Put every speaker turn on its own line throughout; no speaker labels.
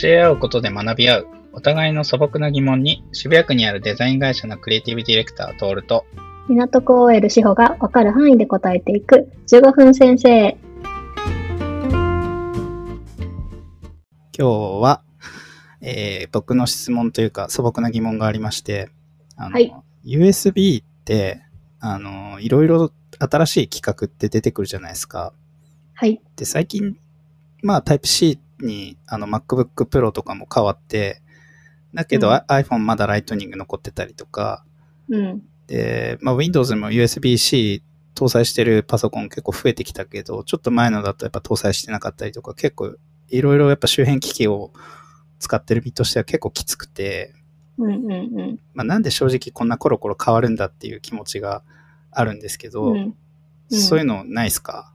教え合うことで学び合う、お互いの素朴な疑問に、渋谷区にあるデザイン会社のクリエイティブディレクター、トールと、
港区 OL 志保がわかる範囲で答えていく15分先生
今日は、えー僕の質問というか素朴な疑問がありまして、あの
はい
USB ってあのいろいろ新しい企画って出てくるじゃないですか。
はい
で最近、まあ、Type-C にあの MacBook Pro とかも変わってだけど、
うん
あ iPhone まだ Lightning 残ってたりとか
うん
で、まあ、Windows にも USB-C 搭載してるパソコン結構増えてきたけど、ちょっと前のだとやっぱ搭載してなかったりとか、結構いろいろやっぱ周辺機器を使ってる身としては結構きつくて、
うんうん
まあ、なんで正直こんなコロコロ変わるんだっていう気持ちがあるんですけど、
うんうんうん
そういうのないですか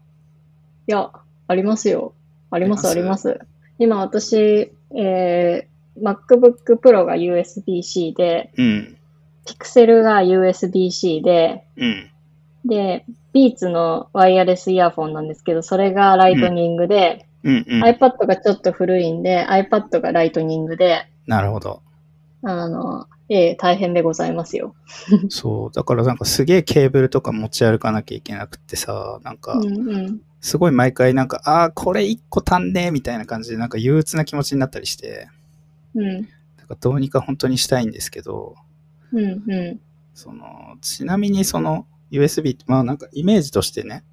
いやありますよあります
あ
あ
り
り
ま
ます今私、えー、MacBook Pro が USB-C で
うん。
Pixel が USB-C で
うん。
で Beats のワイヤレスイヤフォンなんですけどそれが Lightning で、
うんうん。
iPad がちょっと古いんで iPad が Lightning で
なるほ ど。
あのええ大変でございますよ、
そう。だからなんかすげえケーブルとか持ち歩かなきゃいけなくってさ、なんか、
うんうん、
すごい毎回なんか、ああ、これ一個足んねえみたいな感じで、なんか憂鬱な気持ちになったりして、
うん、
なんかどうにか本当にしたいんですけど、
うん、う
その、ちなみにその USB まあなんかイメージとしてね、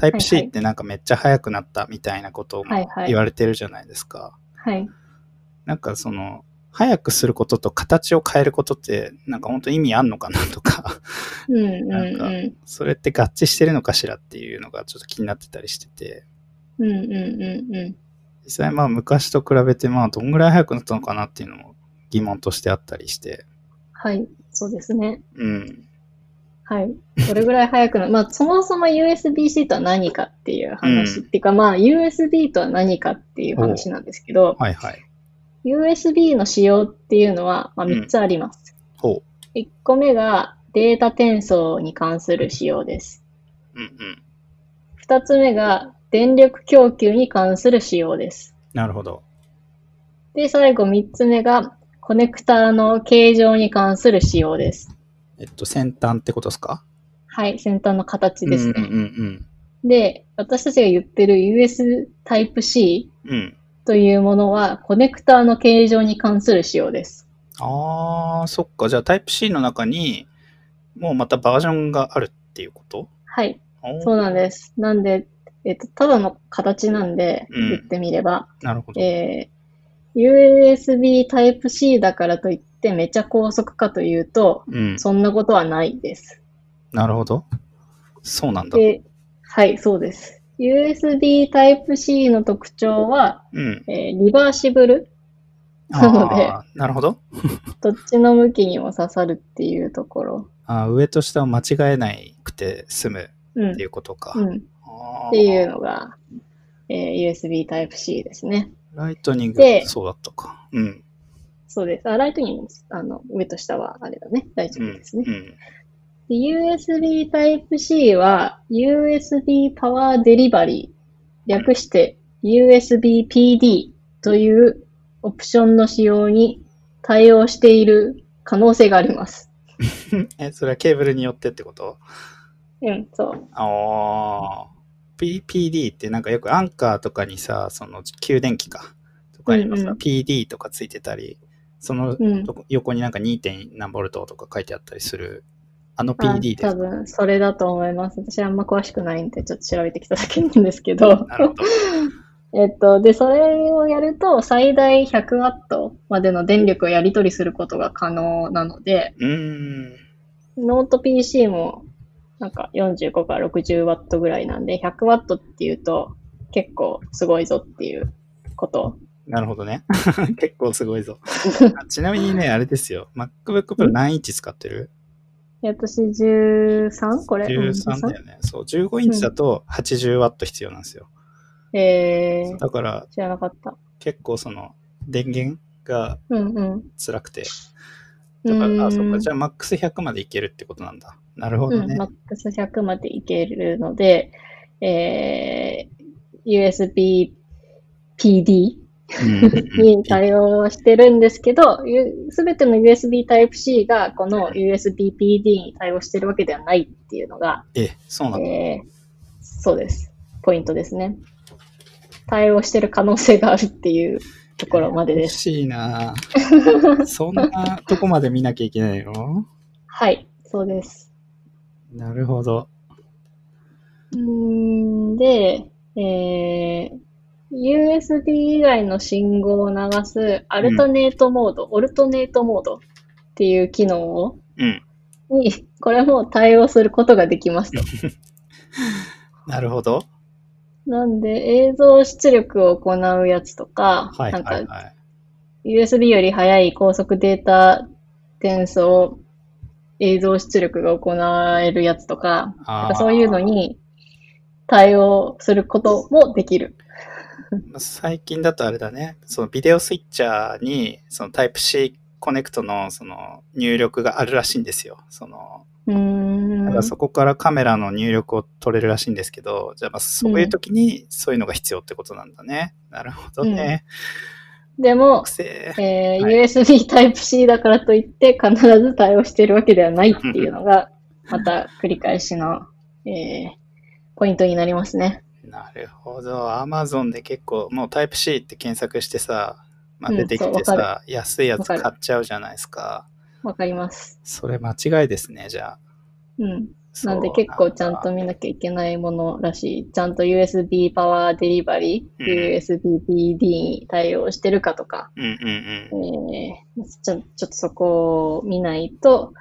は
Type-C
い
ってなんかめっちゃ速くなったみたいなことを
ん。はいはい
言。われてるじゃないですか。
はい。
なんかその、速くすることと形を変えることって、なんか本当意味あんのかなとか、
うん、
なん
うん、
か
う
それって合致してるのかしらっていうのがちょっと気になってたりしてて、
ん。うん、うん、うん、う
実際まあ昔と比べてまあどんぐらい速くなったのかなっていうのも疑問としてあったりして、
ん。はい。そうですね。
うん、
はい。どれぐらい早く な、まあ、そもそも USB-C とは何かっていう話。
うん
っていうか、まあ、USB とは何かっていう話なんですけど、
はいはい。
USB の仕様っていうのは、まあ、
うん
3つあります。
ほ
1個目がデータ転送に関する仕様です。
う。うんうん。
2つ目が電力供給に関する仕様です。
なるほど。
で、最後3つ目が、コネクターの形状に関する仕様です。
えっと、先端ってことですか
はい、先端の形ですね。
うんうん
で、私たちが言ってる US Type-C
うん。うん。
というものは、コネクターの形状に関する仕様です。
あー、そっか。じゃあ Type-C の中に、もうまたバージョンがあるっていうこと
はい、
そ
そうなん
す。
です。なんで、えっと、ただの形なんで、
うん
言ってみれば、
なるほど。
えー USB Type-C だからといってめちゃ高速かというと、
うん。
そんなことはないです。
なるほど。そうなんだ。
で、はい、そうです。USB Type-C の特徴は、
うん。
えーリバーシブル、なので
あーなるほど。
どっちの向きにも刺さるっていうところ。
あー上と下を間違えなくて済む
うん、
っていうことか。
うん、っ
あー
ていうのが、えー USB Type-C ですね。
ライトニング
で、
そうだったか。うん。
そうです。あ、ライトニングです。あの、上と下はあれだね。大丈
う
夫
ん
ですね。
うん
で USB Type-C は、USB Power Delivery、略して USB PD というオプションの使用に対応している可能性があります。
え、それはケーブルによってってこと
うん、そう。
ああ。PPD ってなんかよくアンカーとかにさ、その給電器か。とかにもさ、
うんうん
PD とかついてたり、その
うん。
とこ横になんか 2. 点何ボルトとか書いてあったりする。あの
あ
PD で
多
す。
分、それだと思います。私あんま詳しくないんで、ちょっと調べてきただけなんですけど。
なるほど。
えっと、で、それをやると、最大 100W までの電力をやり取りすることが可能なので、
うーん。
ノート PC もなんか45から 60W ぐらいなんで 100W っていうと結構すごいぞっていうこと。
なるほどね。 結構すご いぞ。あちなみにね、あれですよ。MacBook Pro 何インチ使ってる
いや私 13? これ。うん
?13 だよね。そう、15インチだと 80W 必要なんですよ。
13? えー、
だから
知らなかった。
結構その電源が
うんうん。
辛くて。
う
だから、
ー
あ、
ん
そっか。じゃあ、マックス100までいけるってことなんだ。なるほど
うん、
ね
マ。ックス100までいけるので、えー、USB PD に対応してるんですけど、すべての USB Type-C がこの USB PD に対応してるわけではないっていうのが、
え、そうなんだ。
えーそうです。ポイントですね。対応してる可能性があるっていうところまでで
嬉
す。
しい なぁそんなとこまで見なきゃいけないの
はい、そうです。
なるほど。
うーんで、えー USB 以外の信号を流すアルトネートモード、オルトネートモードっていう機能を
うん。
に、これも対応することができますと。
なるほど。
なんで、映像出力を行うやつとか、
はい
なん
はい
か、
はい。
USB より速い高速データ転送、映像出力が行えるやつとか、なん
あ
か
ー
そういうのに対応することもできる。
最近だとあれだね、そのビデオスイッチャーに、その Type-C コネクトのその入力があるらしいんですよ。その、
うーん。
だからそこからカメラの入力を取れるらしいんですけど、じゃあまあそういう時にそういうのが必要ってことなんだね。なるほどね。
でも
く、せー
えー
は
USB Type-C だからといって必ず対応してるわけではないっていう のが、また繰り返しの、えーポイントになりますね。
なるほど。Amazon で結構もう Type-C って検索してさ、まあ、
うん
出てきて
そう
さ、安いやつ
わか
買
る
っちゃうじゃないですか。
わかります。
それ間違いですね、じゃあ。
うん。
そう
なんで結構ちゃん
な
と見なきゃいけないものらしい。ちゃんと USB パワーデリバリ
う
ー、
ん
USB PD に対応してるかとか、
うんうん
え
うん。
ーちょちょっとそこを見ないと、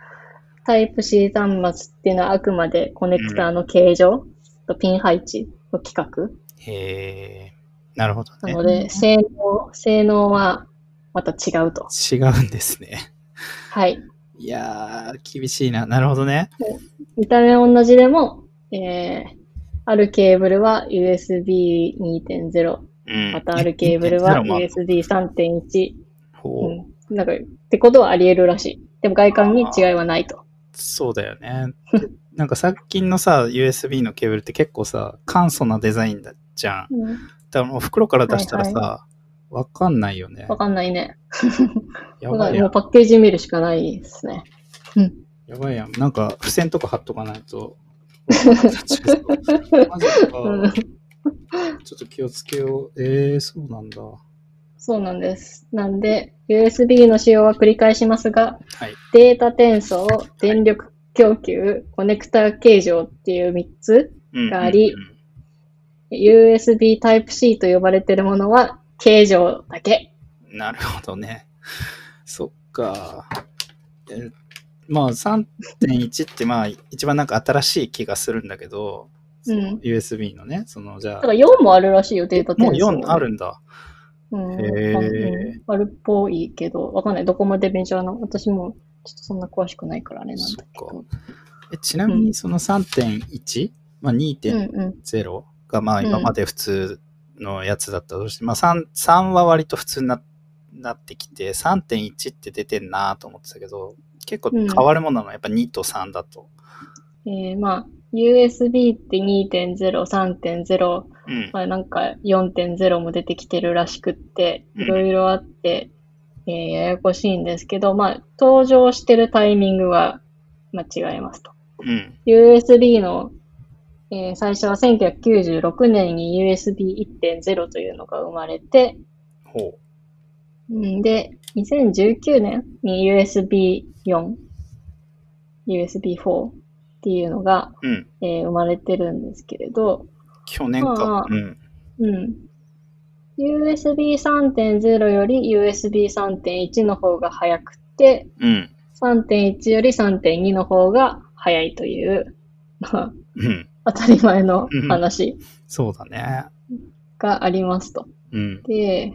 タイプ C 端末っていうのはあくまでコネクターの形状とピン配置の規格
へえ、なるほど
な
ね。
ので、性能、性能はまた違うと。
違うんですね。
はい。
いやー、厳しいな。なるほどね。
見た目同じでも、えーあるケーブルは USB2.0、
うん。
またあるケーブルは
1.0もある
USB3.1、
ほう
うん、なんか、ってことはあり得るらしい。でも外観に違いはないと。
そうだよね。でなんか最近のさ、USB のケーブルって結構さ、簡素なデザインだじゃん。
うん
だからもう袋から出したらさ、
は
わかんないよね
わ。かんないね。
や
だか
ばい
らも
や。
うんパッケージ見るしかないですね。
やばいやん。なんか付箋とか貼っとかない と。マジか。
うん
ちょっと気をつけよう。えー、そうなんだ。は
そうなんです。なんで、USB の使用は繰り返しますが、
い。
データ転送、電力供給、コネクタ形状っていう3つ、
うん
があり
うん
USB Type-C と呼ばれてるものは形状だけ。
うんなるほどね。そっか。えまあ3.1ってまあ一番なんか新しい気がするんだけど、
うん。
USB のね、そのじゃ
だ
あ
から、4もあるらしいよ、データ
もう
転送。
4あるんだ。
うん。
へー
あうんあるっぽいけど、わかんない。どこまで勉強なの私も、ちょっとそんな詳しくないからね、なんだけど。
えちなみにその3.1、まあ
うん
2.0
うん。
がまあ今まで普通のやつだったとして、まあ 3, 3は割と普通にななってきて、3.1って出てんなと思ってたけど、結構変わるものなの、やっぱ2と3だと。
えー、まあ、USB って2.0、3.0、
うん。
まあ、なんか4.0も出てきてるらしくって、
うん
いろいろあって、えーややこしいんですけど、まあ、登場してるタイミングは、まあ、違いますと。
うん。
USB の、えー最初は1996年に USB1.0 というのが生まれて、
ほ
うんで、2019年に USB4、USB4 っていうのが、
う。うん。
えー生まれてるんですけれど、
去年か
あ。ー
うん。
うん。USB3.0 より USB3.1 の方が早くて、
うん。
3.1より3.2の方が早いという、 ま
うん。
あ、当たり前の
うん
話
そうだね。
がありますと。
うん。
で、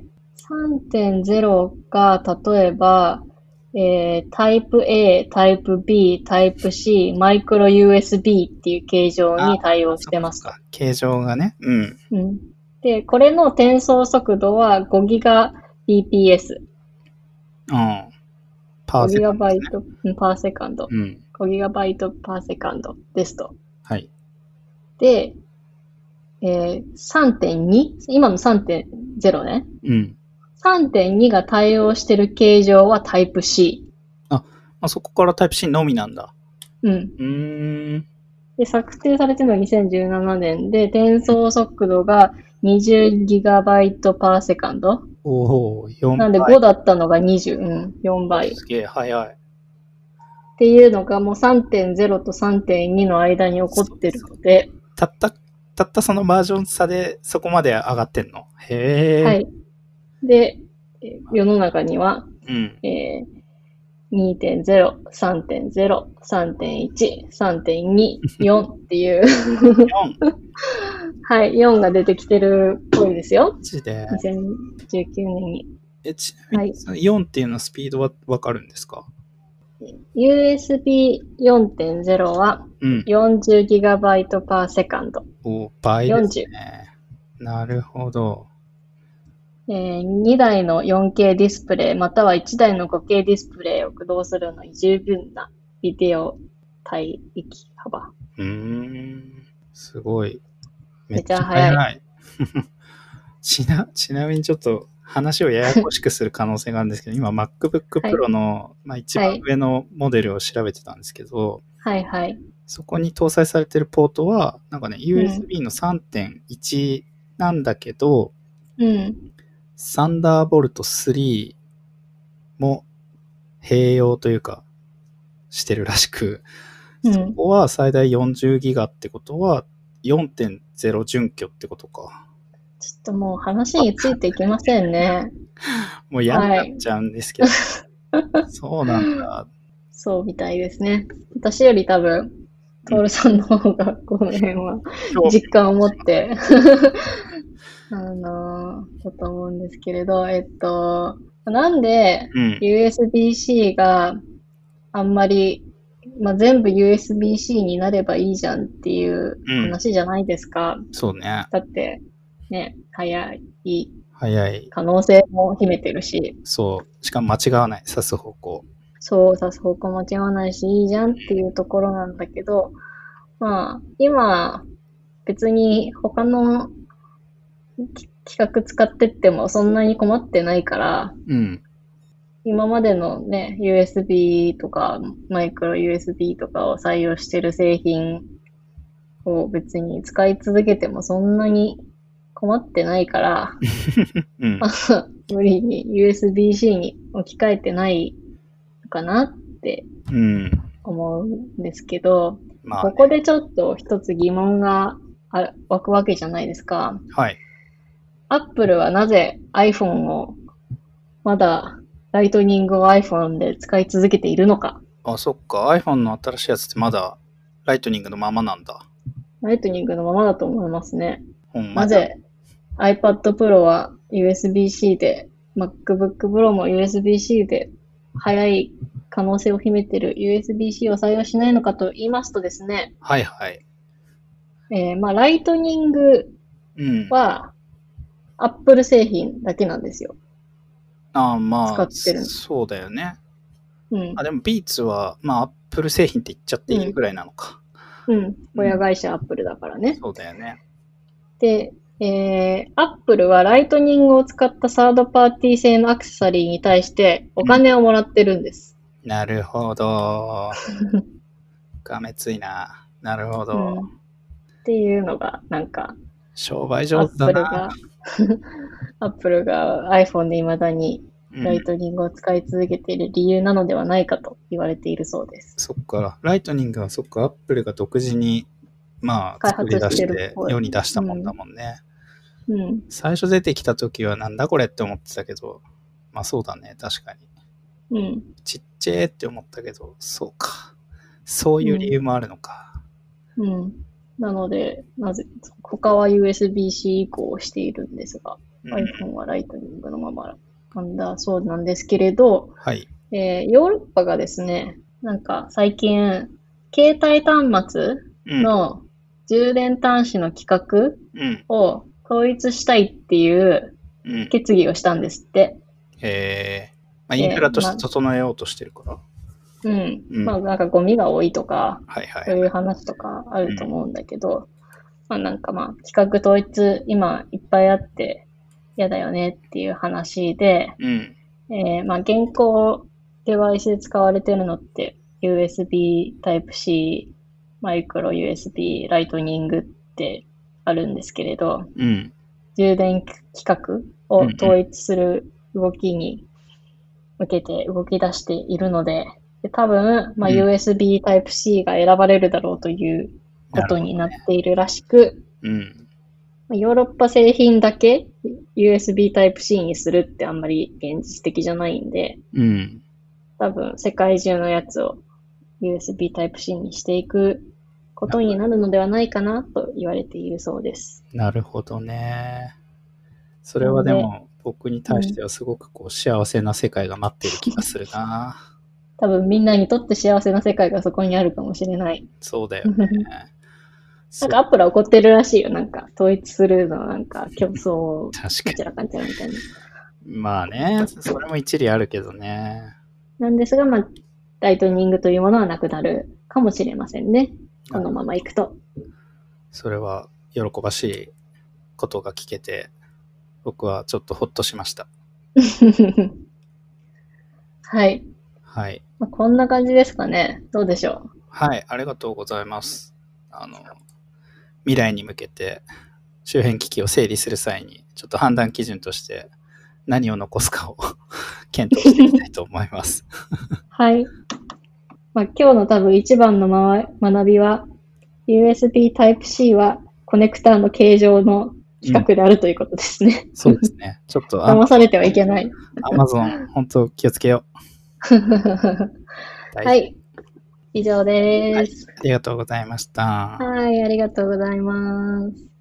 3.0が例えば、えー、タイプ A、タイプ B、タイプ C、マイクロ USB っていう形状に対応してますと
そっか。形状がね。うん。
うんで、これの転送速度は 5GBps、
うん。パーセント、
5GB パーセカンド、
うん。
5GB パーセカンドですと。
はい。
で、えー、3.2? 今の3.0ね。
うん。
3.2が対応してる形状はタイプ C。
まあ、そこから Type-C のみなんだ。
うん。
うーん。
で、策定されてるのは2017年で、転送速度が 20GB パーセカンド。
おお、4倍。
なんで5だったのが20、うん、4倍。っ
すげえ、早い。
ていうのがもう3.0と3.2の間に起こってるので、
たった、たったそのバージョン差でそこまで上がってんの。へえ。
はい。で、え世の中には、
うん。
えー、2.0、3.0、3.1、3.2、4っていう、
4。
はい、4が出てきてるっぽいですよ。
マジで。
2019年に。
え、ちなみ
はい
にその4っていうのスピードはわかるんですか
USB4.0 は
うん。
40GB パーセカンド。
お倍ですね。なるほど。
えー2台の 4K ディスプレイまたは1台の 5K ディスプレイを駆動するのに十分なビデオ帯域幅。
うーん。すごい。
めっちゃ早い
い。 ちな、ちなみにちょっと話をややこしくする可能性があるんですけど、今 MacBook
はい
Pro の、まあ、一
は
番
い
上のモデルを調べてたんですけど、
はいはい。
そこに搭載されてるポートは、なんかね、
ん
USB の3.1なんだけど、
うん。
サンダーボルト3も併用というか、してるらしく、
う
こ
ん。
こは最大40ギガってことは、4.0準拠ってことか。
ちょっともう話についていけませんね。
もう嫌になっちゃうんですけど。 そうなんだ。
そうみたいですね。私より多分、トールさんの方がこの辺は
今日
実感を持って、 あのーだと思うんですけれど、えっと、なんで
うん
USB-C があんまり、まあ、全部 USB-C になればいいじゃんっていう
うん。
話じゃないですか。
そうね。
だって、ね、早い
早い。
可能性も秘めてるし、
そう。しかも間違わない。刺す方向。
そうさす方向間違わないし、いいじゃんっていうところなんだけど、まあ、今、別に他のき企画使ってってもそんなに困ってないから、
うん。
今までのね、USB とか、マイクロ USB とかを採用してる製品を別に使い続けてもそんなに困ってないから、
うん。
無理に USB-C に置き換えてないのかなって
うん。
思うんですけど、
まあね、
ここでちょっと一つ疑問があ湧くわけじゃないですか。
はい。
Apple はなぜ iPhone を、まだライトニングを iPhone で使い続けているのか。
あ、そっか。iPhone の新しいやつってまだライトニングのままなんだ。
ライトニングのままだと思いますね。
ほんま
な
だ。
ぜ iPad Pro は USB-C で、MacBook Pro も USB-C で、早い可能性を秘めている USB-C を採用しないのかと言いますとですね、
はいはい。
えーまあ、ライトニング
うん。
は Apple 製品だけなんですよ。
あまあ、
使ってる
そうだよね。
うん
あ、。でも Beats は、まあ、Apple 製品って言っちゃっていいぐらいなのか。
うん。親会社 Apple だからね。
そうだよね。
で、えー、Apple はライトニングを使ったサードパーティー製のアクセサリーに対してお金をもらってるんです。
なるほど。がめついな。なるほど。
うんっていうのが、なんか、
商売
ア
上手
ップ
だ
ル
な
が。、 アップルが iPhone で未だに
うん
ライトニングを使い続けている理由なのではないかと言われているそうです。
そっか。ライトニングはそっか。Apple が独自に、まあ、
開
作
発
り出し
してるってぽい
世に出したもんだもんね。
うん。
最初出てきた時はなんだこれって思ってたけど、まあそうだね、確かに。
うん。
ちっちゃいって思ったけど、そうか。そういう理由もあるのか。
うん。なので、なぜ、他は USB-C 移行をしているんですが、
うん
iPhone はライトニングのままなんだそうなんですけれど、
はい。
えーヨーロッパがですね、なんか最近、携帯端末
うん。
の充電端子の規格
うん。
を統一したいっていう
うん。
決議をしたんですって。
えー、まあ、インフラとして整えようとしてるから。
うん。
うん
まあなんかゴミが多いとか、
はいは
そう
い。
いう話とかあると思うんだけど、まあなんかまあ企画統一今いっぱいあって、嫌だよねっていう話で、
うん。
えーまあ、現行 device で使われてるのって、USB Type-C、マイクロ USB、ライトニングってあるんですけれど、
うん。
充電規格を統一する動きに向けて動き出しているので、で多分、まあ、
うん
USB Type-C が選ばれるだろうということになっているらしく、
うん。
まあヨーロッパ製品だけ USB Type-C にするってあんまり現実的じゃないんで、
うん。
多分世界中のやつを USB Type-C にしていくことになるのではないかなと言われているそうです。
なるほどね。それはでも、僕に対してはすごくこう幸せな世界が待っている気がするな。
多分みんなにとって幸せな世界がそこにあるかもしれない。
そうだよね。
な
そ
ん
う
かアップルは怒ってるらしいよ。なんか統一するのなんか競争を
確か
こ
に。
ちらかんちゃらみたいな。
まあね、それも一理あるけどね。
なんですが、まあ、ライトニングというものはなくなるかもしれませんね。このままいくと。
それは喜ばしいことが聞けて、僕はちょっとほっとしました。
はい。
はい。
まあ、こんな感じですかね。どうでしょ
はい、ありがとうございます。あの、未来に向けて周辺機器を整理する際に、ちょっと判断基準として何を残すかを 検討していきたいと思います。
う。 はい。まあ、今日の多分一番のまわ学びは、USB Type-C はコネクターの形状の規格であるということですね。
そうですね。ちょっとあ
騙されてはいけない。
Amazon、本当気をつけよう。大事
はい。以上です。
ありがとうございました。
はい、ありがとうございます。